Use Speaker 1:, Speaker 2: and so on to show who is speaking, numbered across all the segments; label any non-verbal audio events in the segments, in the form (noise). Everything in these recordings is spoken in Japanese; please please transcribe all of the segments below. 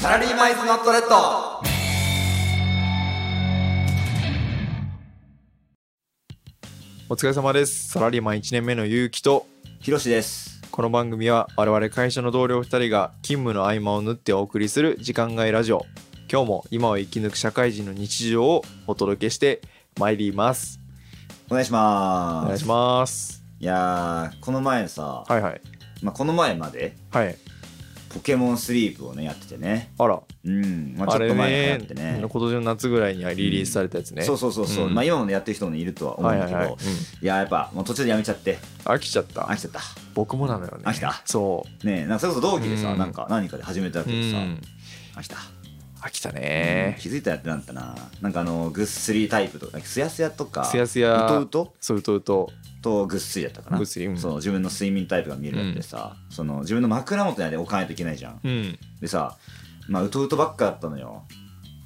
Speaker 1: サラリーマイズノットレッド
Speaker 2: お疲れ様です。サラリーマン1年目のゆうきと、
Speaker 1: ひろしです
Speaker 2: この番組は我々会社の同僚2人が勤務の合間を縫ってお送りする時間外ラジオ。今日も今を生き抜く社会人の日常をお届けしてまいります。
Speaker 1: お願いし
Speaker 2: お
Speaker 1: ます
Speaker 2: 願いします。
Speaker 1: いやーこの前さ、
Speaker 2: はいはい。
Speaker 1: まあ、この前まで
Speaker 2: はい。
Speaker 1: ポケモンスリープをねやっててね
Speaker 2: あら、
Speaker 1: うんまあ
Speaker 2: あ
Speaker 1: ちょっ
Speaker 2: れ
Speaker 1: と前にや
Speaker 2: ね
Speaker 1: ってね
Speaker 2: 今年の夏ぐらいにはリリースされたやつね。
Speaker 1: そうそうそうそう、
Speaker 2: うん
Speaker 1: まあ今もねやってる人もいるとは思うん
Speaker 2: はい
Speaker 1: だ
Speaker 2: は
Speaker 1: け
Speaker 2: い
Speaker 1: ど、
Speaker 2: はいい。うん
Speaker 1: ややっぱもう途中でやめちゃって
Speaker 2: 飽きちゃった
Speaker 1: 飽。きちゃった
Speaker 2: 僕もなのよね。
Speaker 1: 飽きた
Speaker 2: そ
Speaker 1: ねえなんかそれこそ同期でさ、
Speaker 2: うん
Speaker 1: なんか何かで始めた
Speaker 2: う。う
Speaker 1: けどさ、
Speaker 2: ん。
Speaker 1: 飽きた、
Speaker 2: 飽きたね
Speaker 1: うん。気づいたらやってなったななんかあのぐっすりタイプとかすやすやとか
Speaker 2: すやす
Speaker 1: うと
Speaker 2: や
Speaker 1: う、と
Speaker 2: そう、うとうと。
Speaker 1: とぐっすりだったかな
Speaker 2: ぐっすりうん
Speaker 1: そう自分の睡眠タイプが見えるやつでさ、その自分の枕元にあれ置かないといけないじゃん
Speaker 2: うん。
Speaker 1: でさまあうとうとばっかだったのよ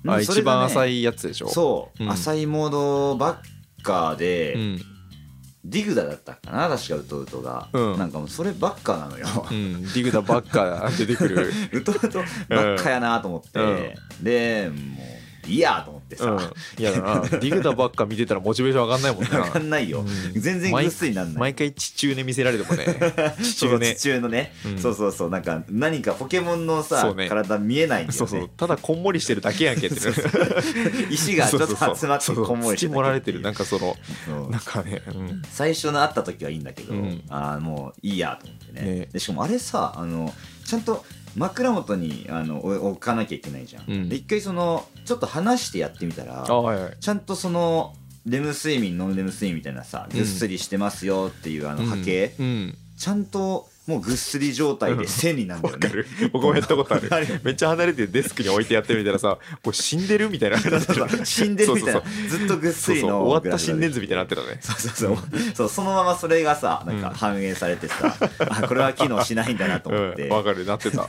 Speaker 2: あ、一番浅
Speaker 1: い
Speaker 2: いやつでしょ。
Speaker 1: そう、
Speaker 2: うん
Speaker 1: 浅いモードばっかで、
Speaker 2: うん。
Speaker 1: ディグダだったかな確かウトウトが、
Speaker 2: うん
Speaker 1: なんかもうそればっかなのよ、
Speaker 2: うん、ディグダばっか出て
Speaker 1: (laughs)
Speaker 2: くる。
Speaker 1: ウトウトばっかやなと思って、でもういいやと思って
Speaker 2: う
Speaker 1: さ、
Speaker 2: ん、いやだな、ディグダばっか見てたらモチベーション上がんないもんな。
Speaker 1: 分かんないよ、
Speaker 2: うん
Speaker 1: 全然ぐっすりなんない
Speaker 2: 毎回地中ね見せられてもね。地
Speaker 1: そう
Speaker 2: 中ね。
Speaker 1: 地中のね、
Speaker 2: うん
Speaker 1: そうそうそうなんか何かポケモンの
Speaker 2: そ
Speaker 1: さ、
Speaker 2: うね
Speaker 1: 体見えないんだよね
Speaker 2: そうそう、ただこんもりしてるだけやんけってね。 (laughs)
Speaker 1: 石がちょっと集まって
Speaker 2: そうそうそう
Speaker 1: こんもりして
Speaker 2: 土盛られてる、なんかその、
Speaker 1: そう
Speaker 2: なんかね、うん、
Speaker 1: 最初の会った時はいいんだけど、
Speaker 2: うん
Speaker 1: ああもういいやと思ってね
Speaker 2: ね
Speaker 1: でしかもあれさあのちゃんと枕元にあのお置かなきゃいけないじゃん、
Speaker 2: うん
Speaker 1: で一回そのちょっと離してやってみたら
Speaker 2: あはいはい。
Speaker 1: ちゃんとそのレム睡眠ノンレム睡眠みたいなさぐっすりしてますよっていうあの波形、
Speaker 2: うん。
Speaker 1: ちゃんともうぐっすり状態で線になんだ
Speaker 2: わ、
Speaker 1: よ
Speaker 2: か
Speaker 1: ね、
Speaker 2: る。僕もやったことある
Speaker 1: あるよ。
Speaker 2: めっちゃ離れてデスクに置いてやってみたらさ、これ死んでるみたいな。
Speaker 1: そうそう死んでるみたいな
Speaker 2: そうそう
Speaker 1: ずっとぐっす
Speaker 2: そう
Speaker 1: り
Speaker 2: そう
Speaker 1: の
Speaker 2: 終わっ
Speaker 1: グラ
Speaker 2: た
Speaker 1: フ
Speaker 2: 心
Speaker 1: が
Speaker 2: 電図みたいになってたね。
Speaker 1: そうそうそうそうそのままそれがさなんか
Speaker 2: うん
Speaker 1: 反映されてさ、あこれは機能しないんだなと思って、
Speaker 2: うん、わかる、なってた。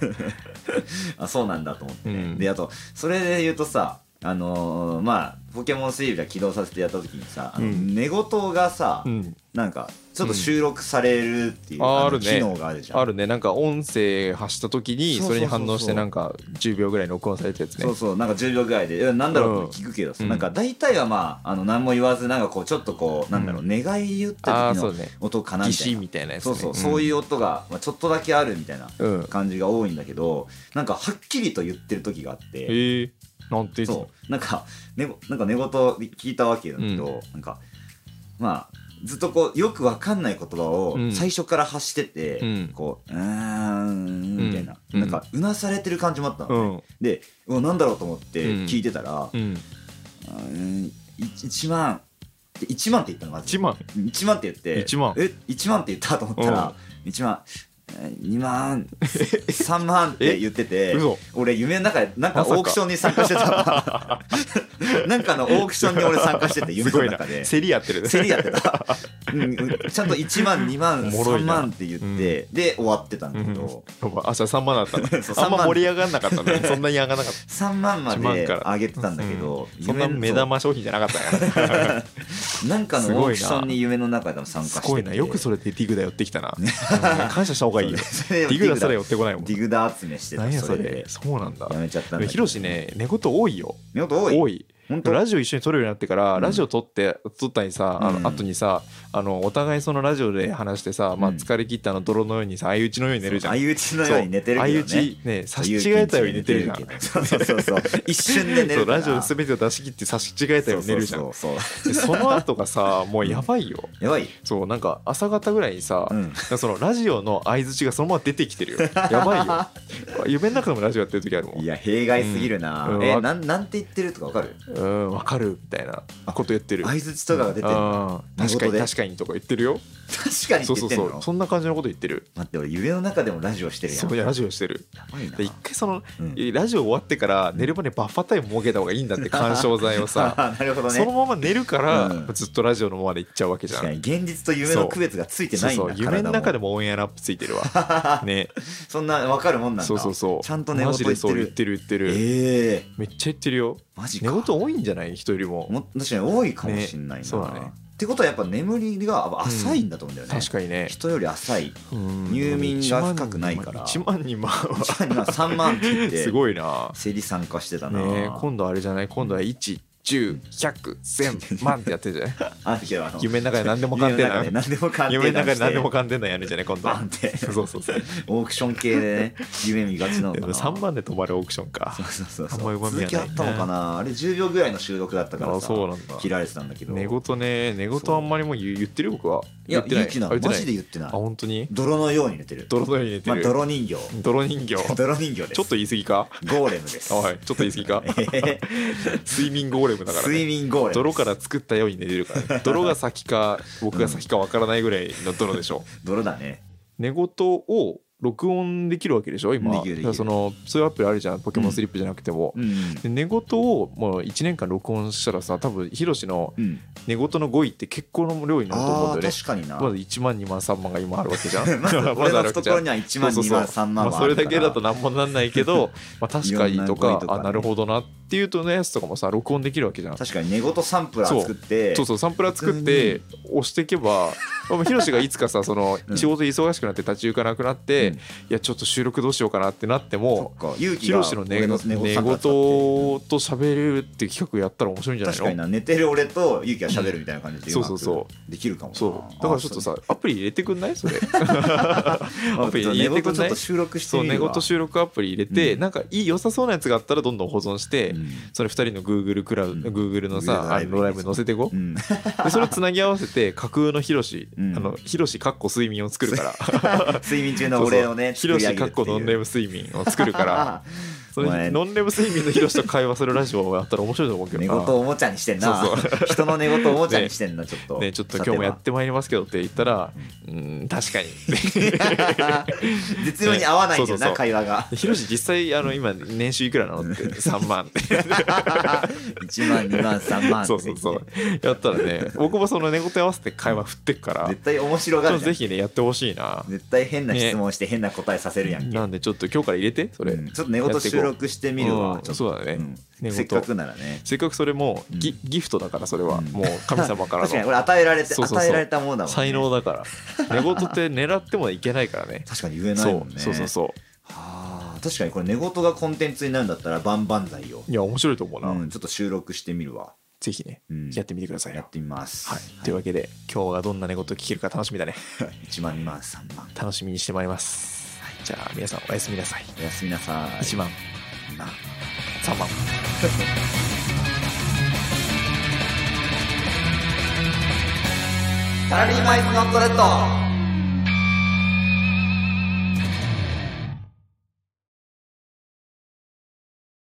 Speaker 1: あそうなんだと思ってね、
Speaker 2: うん
Speaker 1: であとそれで言うとさあのーまあポケモンスリーブが起動させてやった時にさあの
Speaker 2: うん
Speaker 1: 寝言がさ、
Speaker 2: うん。
Speaker 1: なんかちょっと収録されるっていう、
Speaker 2: うんあ
Speaker 1: の
Speaker 2: あるね
Speaker 1: 機能があるじゃん
Speaker 2: あるねなんか音声発した時に
Speaker 1: そう
Speaker 2: そ
Speaker 1: そうそうそう
Speaker 2: れに反応してなんか10秒ぐらい録音されたやつね
Speaker 1: そうそうなんか10秒ぐらいでいやなんだろうって聞くけどさ、
Speaker 2: うん
Speaker 1: なんか大体はまああの何も言わずなんかこうちょっとこうなんだろう、
Speaker 2: う
Speaker 1: 願い言った
Speaker 2: ああ
Speaker 1: 時
Speaker 2: そ
Speaker 1: の
Speaker 2: うね
Speaker 1: 音かなみた
Speaker 2: 疑
Speaker 1: い
Speaker 2: 似
Speaker 1: な
Speaker 2: みたいなやつ
Speaker 1: そ
Speaker 2: ね
Speaker 1: うそう、そういう音が、まあ、ちょっとだけあるみたいな
Speaker 2: うん
Speaker 1: 感じが多いんだけどなんかはっきりと言ってる時があって
Speaker 2: ええなんて言って
Speaker 1: そうなんか,、ね、なんか寝言で聞いたわけだけど、なんかまあずっとこうよくわかんない言葉を
Speaker 2: うん
Speaker 1: 最初から発してて、
Speaker 2: うん
Speaker 1: こう「うーん」みたいな、
Speaker 2: うん
Speaker 1: なんかうなされてる感じもあった
Speaker 2: たう
Speaker 1: の、
Speaker 2: ん
Speaker 1: でうわなんだろうと思って
Speaker 2: うん
Speaker 1: 聞いてたら「
Speaker 2: うん
Speaker 1: うーん1万」で1万って言ったのまず
Speaker 2: 1万
Speaker 1: 1万って言って
Speaker 2: 1万
Speaker 1: え1万って言ったと思ったら、1万えー2万3万って言ってて
Speaker 2: 嘘
Speaker 1: 俺夢の中でなんか
Speaker 2: まさか
Speaker 1: オークションに参加してた
Speaker 2: (laughs)
Speaker 1: なんかのオークションに俺参加してて夢
Speaker 2: (laughs) すご
Speaker 1: の
Speaker 2: いな
Speaker 1: 中で
Speaker 2: 競り合ってるね
Speaker 1: 競り合って
Speaker 2: (laughs)
Speaker 1: た、うんうん、ちゃんと1万2万
Speaker 2: おもろ
Speaker 1: 3
Speaker 2: いな
Speaker 1: 万って言って、で終わってたんだけど、
Speaker 2: あそれ3万だったの
Speaker 1: (laughs) そう
Speaker 2: あん
Speaker 1: 3万
Speaker 2: ま盛り上がんなかっ
Speaker 1: (laughs)
Speaker 2: たねそんなに上がらなかっ
Speaker 1: 3万ま
Speaker 2: 1万
Speaker 1: で
Speaker 2: から
Speaker 1: 上げてたんだけど、
Speaker 2: たそんな
Speaker 1: 夢の
Speaker 2: 目玉商品じゃなかったから
Speaker 1: なんかのオークションに夢の中でも参加して
Speaker 2: す
Speaker 1: て
Speaker 2: ごいなよくそれでディグダ寄ってき
Speaker 1: (laughs)
Speaker 2: たなうん感謝した方がいいよ
Speaker 1: それで
Speaker 2: デ
Speaker 1: も
Speaker 2: ィグダすら寄ってこないもん
Speaker 1: ディグダ集めしてた
Speaker 2: 何や
Speaker 1: そ
Speaker 2: そ
Speaker 1: れ
Speaker 2: れ
Speaker 1: で
Speaker 2: そうなんだ
Speaker 1: やめちゃったんだけど
Speaker 2: ヒロシね寝言多いよ
Speaker 1: 見事多い
Speaker 2: 多い
Speaker 1: 本当
Speaker 2: ラジオ一緒に撮るようになってから、
Speaker 1: うん
Speaker 2: ラジオ撮って撮ったにさあ
Speaker 1: うん
Speaker 2: の後にさ、あのお互いそのラジオで話してさ、まあ、
Speaker 1: うん
Speaker 2: 疲れ切ったあの泥のようにさ相打ちのように寝るじゃん。
Speaker 1: 相打ちのように寝てるけどね
Speaker 2: そう相打ちね差し違えたように寝てるじゃん。
Speaker 1: (laughs) そうそうそう
Speaker 2: (laughs)
Speaker 1: そう一瞬で寝
Speaker 2: そう
Speaker 1: るから
Speaker 2: ラジオ全てを出し切って差し違えたように寝るじゃん
Speaker 1: そうそうそ
Speaker 2: でその後がさもうやばいよ、
Speaker 1: うやばい
Speaker 2: そうなんか朝方ぐらいにさ、
Speaker 1: うん
Speaker 2: なんかそのラジオの相づちがそのまま出てきてるよやば
Speaker 1: (laughs)
Speaker 2: いよ夢の中でもラジオやってる時あるもん
Speaker 1: いや弊害すぎるな、
Speaker 2: うん
Speaker 1: え
Speaker 2: わ
Speaker 1: なんなんて言ってるとかわかる
Speaker 2: うんわかるみたいなこと言ってる
Speaker 1: 相づちとかが出てる確
Speaker 2: あー確か
Speaker 1: 寝言で
Speaker 2: に確かにとか言ってるよ
Speaker 1: かに
Speaker 2: そ
Speaker 1: 言
Speaker 2: うそ
Speaker 1: っ
Speaker 2: う
Speaker 1: てん
Speaker 2: そ
Speaker 1: の
Speaker 2: うそんな感じのこと言ってる
Speaker 1: 待って俺夢の中でもラジオしてるやん
Speaker 2: そういやラジオしてる
Speaker 1: やばいな
Speaker 2: で一回その、
Speaker 1: うん
Speaker 2: ラジオ終わってから寝るまでバッファタイム設けた方がいいんだって緩衝材をさ
Speaker 1: (laughs) あーなるほど
Speaker 2: その
Speaker 1: ね
Speaker 2: まま寝るから、
Speaker 1: うん
Speaker 2: ずっとラジオのままで行っちゃうわけじゃ
Speaker 1: 確か
Speaker 2: ん
Speaker 1: に現実と夢の区別がついて
Speaker 2: そう
Speaker 1: ないんだ
Speaker 2: そう夢の中
Speaker 1: 体
Speaker 2: でもオンエアラップつい
Speaker 1: (laughs)
Speaker 2: てるわね
Speaker 1: そんなわかるもんなんだ
Speaker 2: そうそうそう
Speaker 1: ちゃんと寝言
Speaker 2: マジ
Speaker 1: 言
Speaker 2: で
Speaker 1: って
Speaker 2: そう言っ
Speaker 1: る
Speaker 2: てる言ってる、
Speaker 1: ええ
Speaker 2: めっちゃ言ってるよ
Speaker 1: マジ
Speaker 2: 寝
Speaker 1: か
Speaker 2: 言多いんじゃない人よりも
Speaker 1: も確かに多いかもしんないな、
Speaker 2: ねそうだね
Speaker 1: ってことはやっぱ眠りが浅いんだと思うんだよね、
Speaker 2: 確かにね
Speaker 1: 人より浅い
Speaker 2: うん
Speaker 1: 入眠が深くないから
Speaker 2: 1万2万は
Speaker 1: 1万3万って言って
Speaker 2: (laughs) すごいな
Speaker 1: 競り参加してたな、
Speaker 2: ねえ今度あれじゃない今度は1 10、100、1000万ってやってるじゃない
Speaker 1: あの日はあの
Speaker 2: 夢の中で何でもかん
Speaker 1: 夢
Speaker 2: で
Speaker 1: の
Speaker 2: ん
Speaker 1: 中
Speaker 2: な
Speaker 1: で何でも鑑定
Speaker 2: (laughs) 夢の中で何でも
Speaker 1: か
Speaker 2: かんでんなんやるんじゃない今度
Speaker 1: バ
Speaker 2: は
Speaker 1: ンって
Speaker 2: そうそう (laughs) そう
Speaker 1: オークション系でね夢見がちなのかな
Speaker 2: 3万で止まるオークションか
Speaker 1: そうそうそう
Speaker 2: あん
Speaker 1: そ
Speaker 2: ま
Speaker 1: う
Speaker 2: 上手み
Speaker 1: 続
Speaker 2: やない
Speaker 1: きあったのかなあれ10秒ぐらいの収録だったから
Speaker 2: あ
Speaker 1: さ
Speaker 2: そうなんだ
Speaker 1: 切られてたんだけど
Speaker 2: 寝言ね寝言あんまりもう言う言ってる僕はい
Speaker 1: や
Speaker 2: 言ってな
Speaker 1: 言
Speaker 2: い
Speaker 1: ってないマ
Speaker 2: あ言ってない
Speaker 1: ジで言ってな
Speaker 2: あ
Speaker 1: い
Speaker 2: 本当に
Speaker 1: 泥のように寝てる
Speaker 2: 泥のように寝て
Speaker 1: まあ
Speaker 2: る、
Speaker 1: 泥人形
Speaker 2: 泥人 (laughs) 形ちょ
Speaker 1: (laughs)
Speaker 2: っ
Speaker 1: 泥人形です
Speaker 2: と言い過ぎか
Speaker 1: ゴーレムです (laughs)
Speaker 2: あはいちょっと言い過ぎ (laughs) か睡眠ゴーレムだから、
Speaker 1: 睡
Speaker 2: ね、
Speaker 1: 眠ゴーレム
Speaker 2: 泥から作ったように寝てるから、ね、泥が先か僕が先かわからないぐらいの泥でしょ
Speaker 1: 泥だね
Speaker 2: 寝言を録音できるわけでしょ今
Speaker 1: できるできる
Speaker 2: だからそのそういうアプリあるじゃんポケモンスリップじゃなくても、
Speaker 1: うん
Speaker 2: で寝言をもう1年間録音したらさ多分ヒロシの
Speaker 1: うん
Speaker 2: 寝言の語彙って結構の量になると思
Speaker 1: あ
Speaker 2: うん
Speaker 1: ー
Speaker 2: だよね
Speaker 1: 確かにな
Speaker 2: まだ1万2万3万が今あるわけじゃ
Speaker 1: (laughs)
Speaker 2: ん
Speaker 1: まず俺の懐には1万
Speaker 2: そう
Speaker 1: 2
Speaker 2: そう
Speaker 1: 万
Speaker 2: そ
Speaker 1: 3
Speaker 2: う
Speaker 1: 万
Speaker 2: まあ
Speaker 1: は
Speaker 2: そ
Speaker 1: あ
Speaker 2: れ
Speaker 1: るから
Speaker 2: だけだと何もなんない
Speaker 1: (laughs)
Speaker 2: けどまあ確かにと
Speaker 1: いろんな語
Speaker 2: か
Speaker 1: 彙とか
Speaker 2: あ
Speaker 1: ね
Speaker 2: なるほどなっていうとのやつとかもさ録音できるわけじゃん
Speaker 1: 確かに寝言サンプラー作って
Speaker 2: そうそうサンプラー作って押していけばまあヒロシがいつかさその
Speaker 1: (laughs) うん
Speaker 2: 仕事忙しくなって立ち行かなくなって、
Speaker 1: うん
Speaker 2: いやちょっと収録どうしようかなってなって
Speaker 1: そ
Speaker 2: も
Speaker 1: っか勇気
Speaker 2: ヒ
Speaker 1: が
Speaker 2: ロシの寝
Speaker 1: 俺
Speaker 2: 寝言
Speaker 1: サンプラー使って
Speaker 2: と喋れるっていう企画やったら面白いんじゃない
Speaker 1: 確かに
Speaker 2: の
Speaker 1: な寝てる俺と勇気が喋るみたいな感じで
Speaker 2: そうそうそう
Speaker 1: うできるかもな
Speaker 2: そうだからちょっとさアプリ入れてくんない
Speaker 1: (laughs)
Speaker 2: それ
Speaker 1: あ
Speaker 2: アプリ
Speaker 1: ちょっと
Speaker 2: 入れて
Speaker 1: 寝言
Speaker 2: くん
Speaker 1: ちょ
Speaker 2: な
Speaker 1: っ
Speaker 2: い
Speaker 1: と収録して
Speaker 2: そう
Speaker 1: み
Speaker 2: 寝
Speaker 1: るわ
Speaker 2: 言収録アプリ入れて、
Speaker 1: うん
Speaker 2: なんかいい良さそうなやつがあったらどんどん保存して、
Speaker 1: うん
Speaker 2: それ2人の Google クラウ、
Speaker 1: うん
Speaker 2: Google
Speaker 1: Google
Speaker 2: のさ
Speaker 1: ド
Speaker 2: あ
Speaker 1: ライ
Speaker 2: の
Speaker 1: ブ
Speaker 2: ドライブ載せていこう、
Speaker 1: うん
Speaker 2: でそれをつなぎ合わせて架空のヒロシ、
Speaker 1: うん
Speaker 2: あのヒロシかっこ睡眠を作るから
Speaker 1: 睡眠中の (laughs) 俺を
Speaker 2: (laughs)
Speaker 1: ね
Speaker 2: ヒロシ
Speaker 1: 作り
Speaker 2: か
Speaker 1: 上げるてい
Speaker 2: っこ
Speaker 1: う
Speaker 2: ノンレム睡眠を作るから
Speaker 1: (laughs)
Speaker 2: そ
Speaker 1: お前
Speaker 2: れノンレム睡眠のヒロシと会話するラジオをやったら面白いと思うけど
Speaker 1: 寝言
Speaker 2: な
Speaker 1: をおもちゃにしてんな
Speaker 2: そう
Speaker 1: 人の寝言をおもちゃにしてんなちょっと
Speaker 2: ね、ちょっと今日もやってまいりますけどって言ったら「うーん確かに」
Speaker 1: (laughs) 絶妙に合わないんだよ
Speaker 2: ねそうそうそ
Speaker 1: な
Speaker 2: う
Speaker 1: 会話が
Speaker 2: ヒロシ実際あの今年収いくらなのって3万
Speaker 1: (laughs)
Speaker 2: って
Speaker 1: 1万2万3万
Speaker 2: そうそうそうやったらね僕もその寝言合わせて会話振ってくから
Speaker 1: 絶対面白
Speaker 2: ちょ
Speaker 1: がる
Speaker 2: っと
Speaker 1: じゃ
Speaker 2: ぜ
Speaker 1: ん
Speaker 2: ひねやってほしいな
Speaker 1: 絶対変な質問して変な答えさせるやんけ
Speaker 2: なんでちょっと今日から入れてそれ、
Speaker 1: うんちょっと寝言収録してみる
Speaker 2: う
Speaker 1: わちょっ
Speaker 2: ん
Speaker 1: と
Speaker 2: そうだね
Speaker 1: ん
Speaker 2: 寝言
Speaker 1: せっかくならね
Speaker 2: せっかくそれもギ,、ギフトだからそれは、もう神様から
Speaker 1: 確かにこ
Speaker 2: の
Speaker 1: れ与えられて
Speaker 2: そうそうそう
Speaker 1: 与えられたものだもんね
Speaker 2: 才能だから寝言って狙ってもいけないから
Speaker 1: (laughs)
Speaker 2: ね
Speaker 1: 確かに言えない
Speaker 2: そ
Speaker 1: もんね
Speaker 2: うそうそうそう
Speaker 1: はあ確かにこれ寝言がコンテンツになるんだったらバンバン剤を
Speaker 2: いや面白いと思うな、
Speaker 1: うんちょっと収録してみるわ
Speaker 2: ぜひね、
Speaker 1: うん
Speaker 2: やってみてください
Speaker 1: やっ
Speaker 2: よ、
Speaker 1: てみます
Speaker 2: はいというわけで今日はどんな寝言聞けるか楽しみだね
Speaker 1: 1万2万3万
Speaker 2: 楽しみにしてまいります、じゃあ皆さんおやすみなさい、
Speaker 1: おやすみなさい
Speaker 2: 1万
Speaker 1: 2万
Speaker 2: 3万
Speaker 1: サラリーマイズのトレッド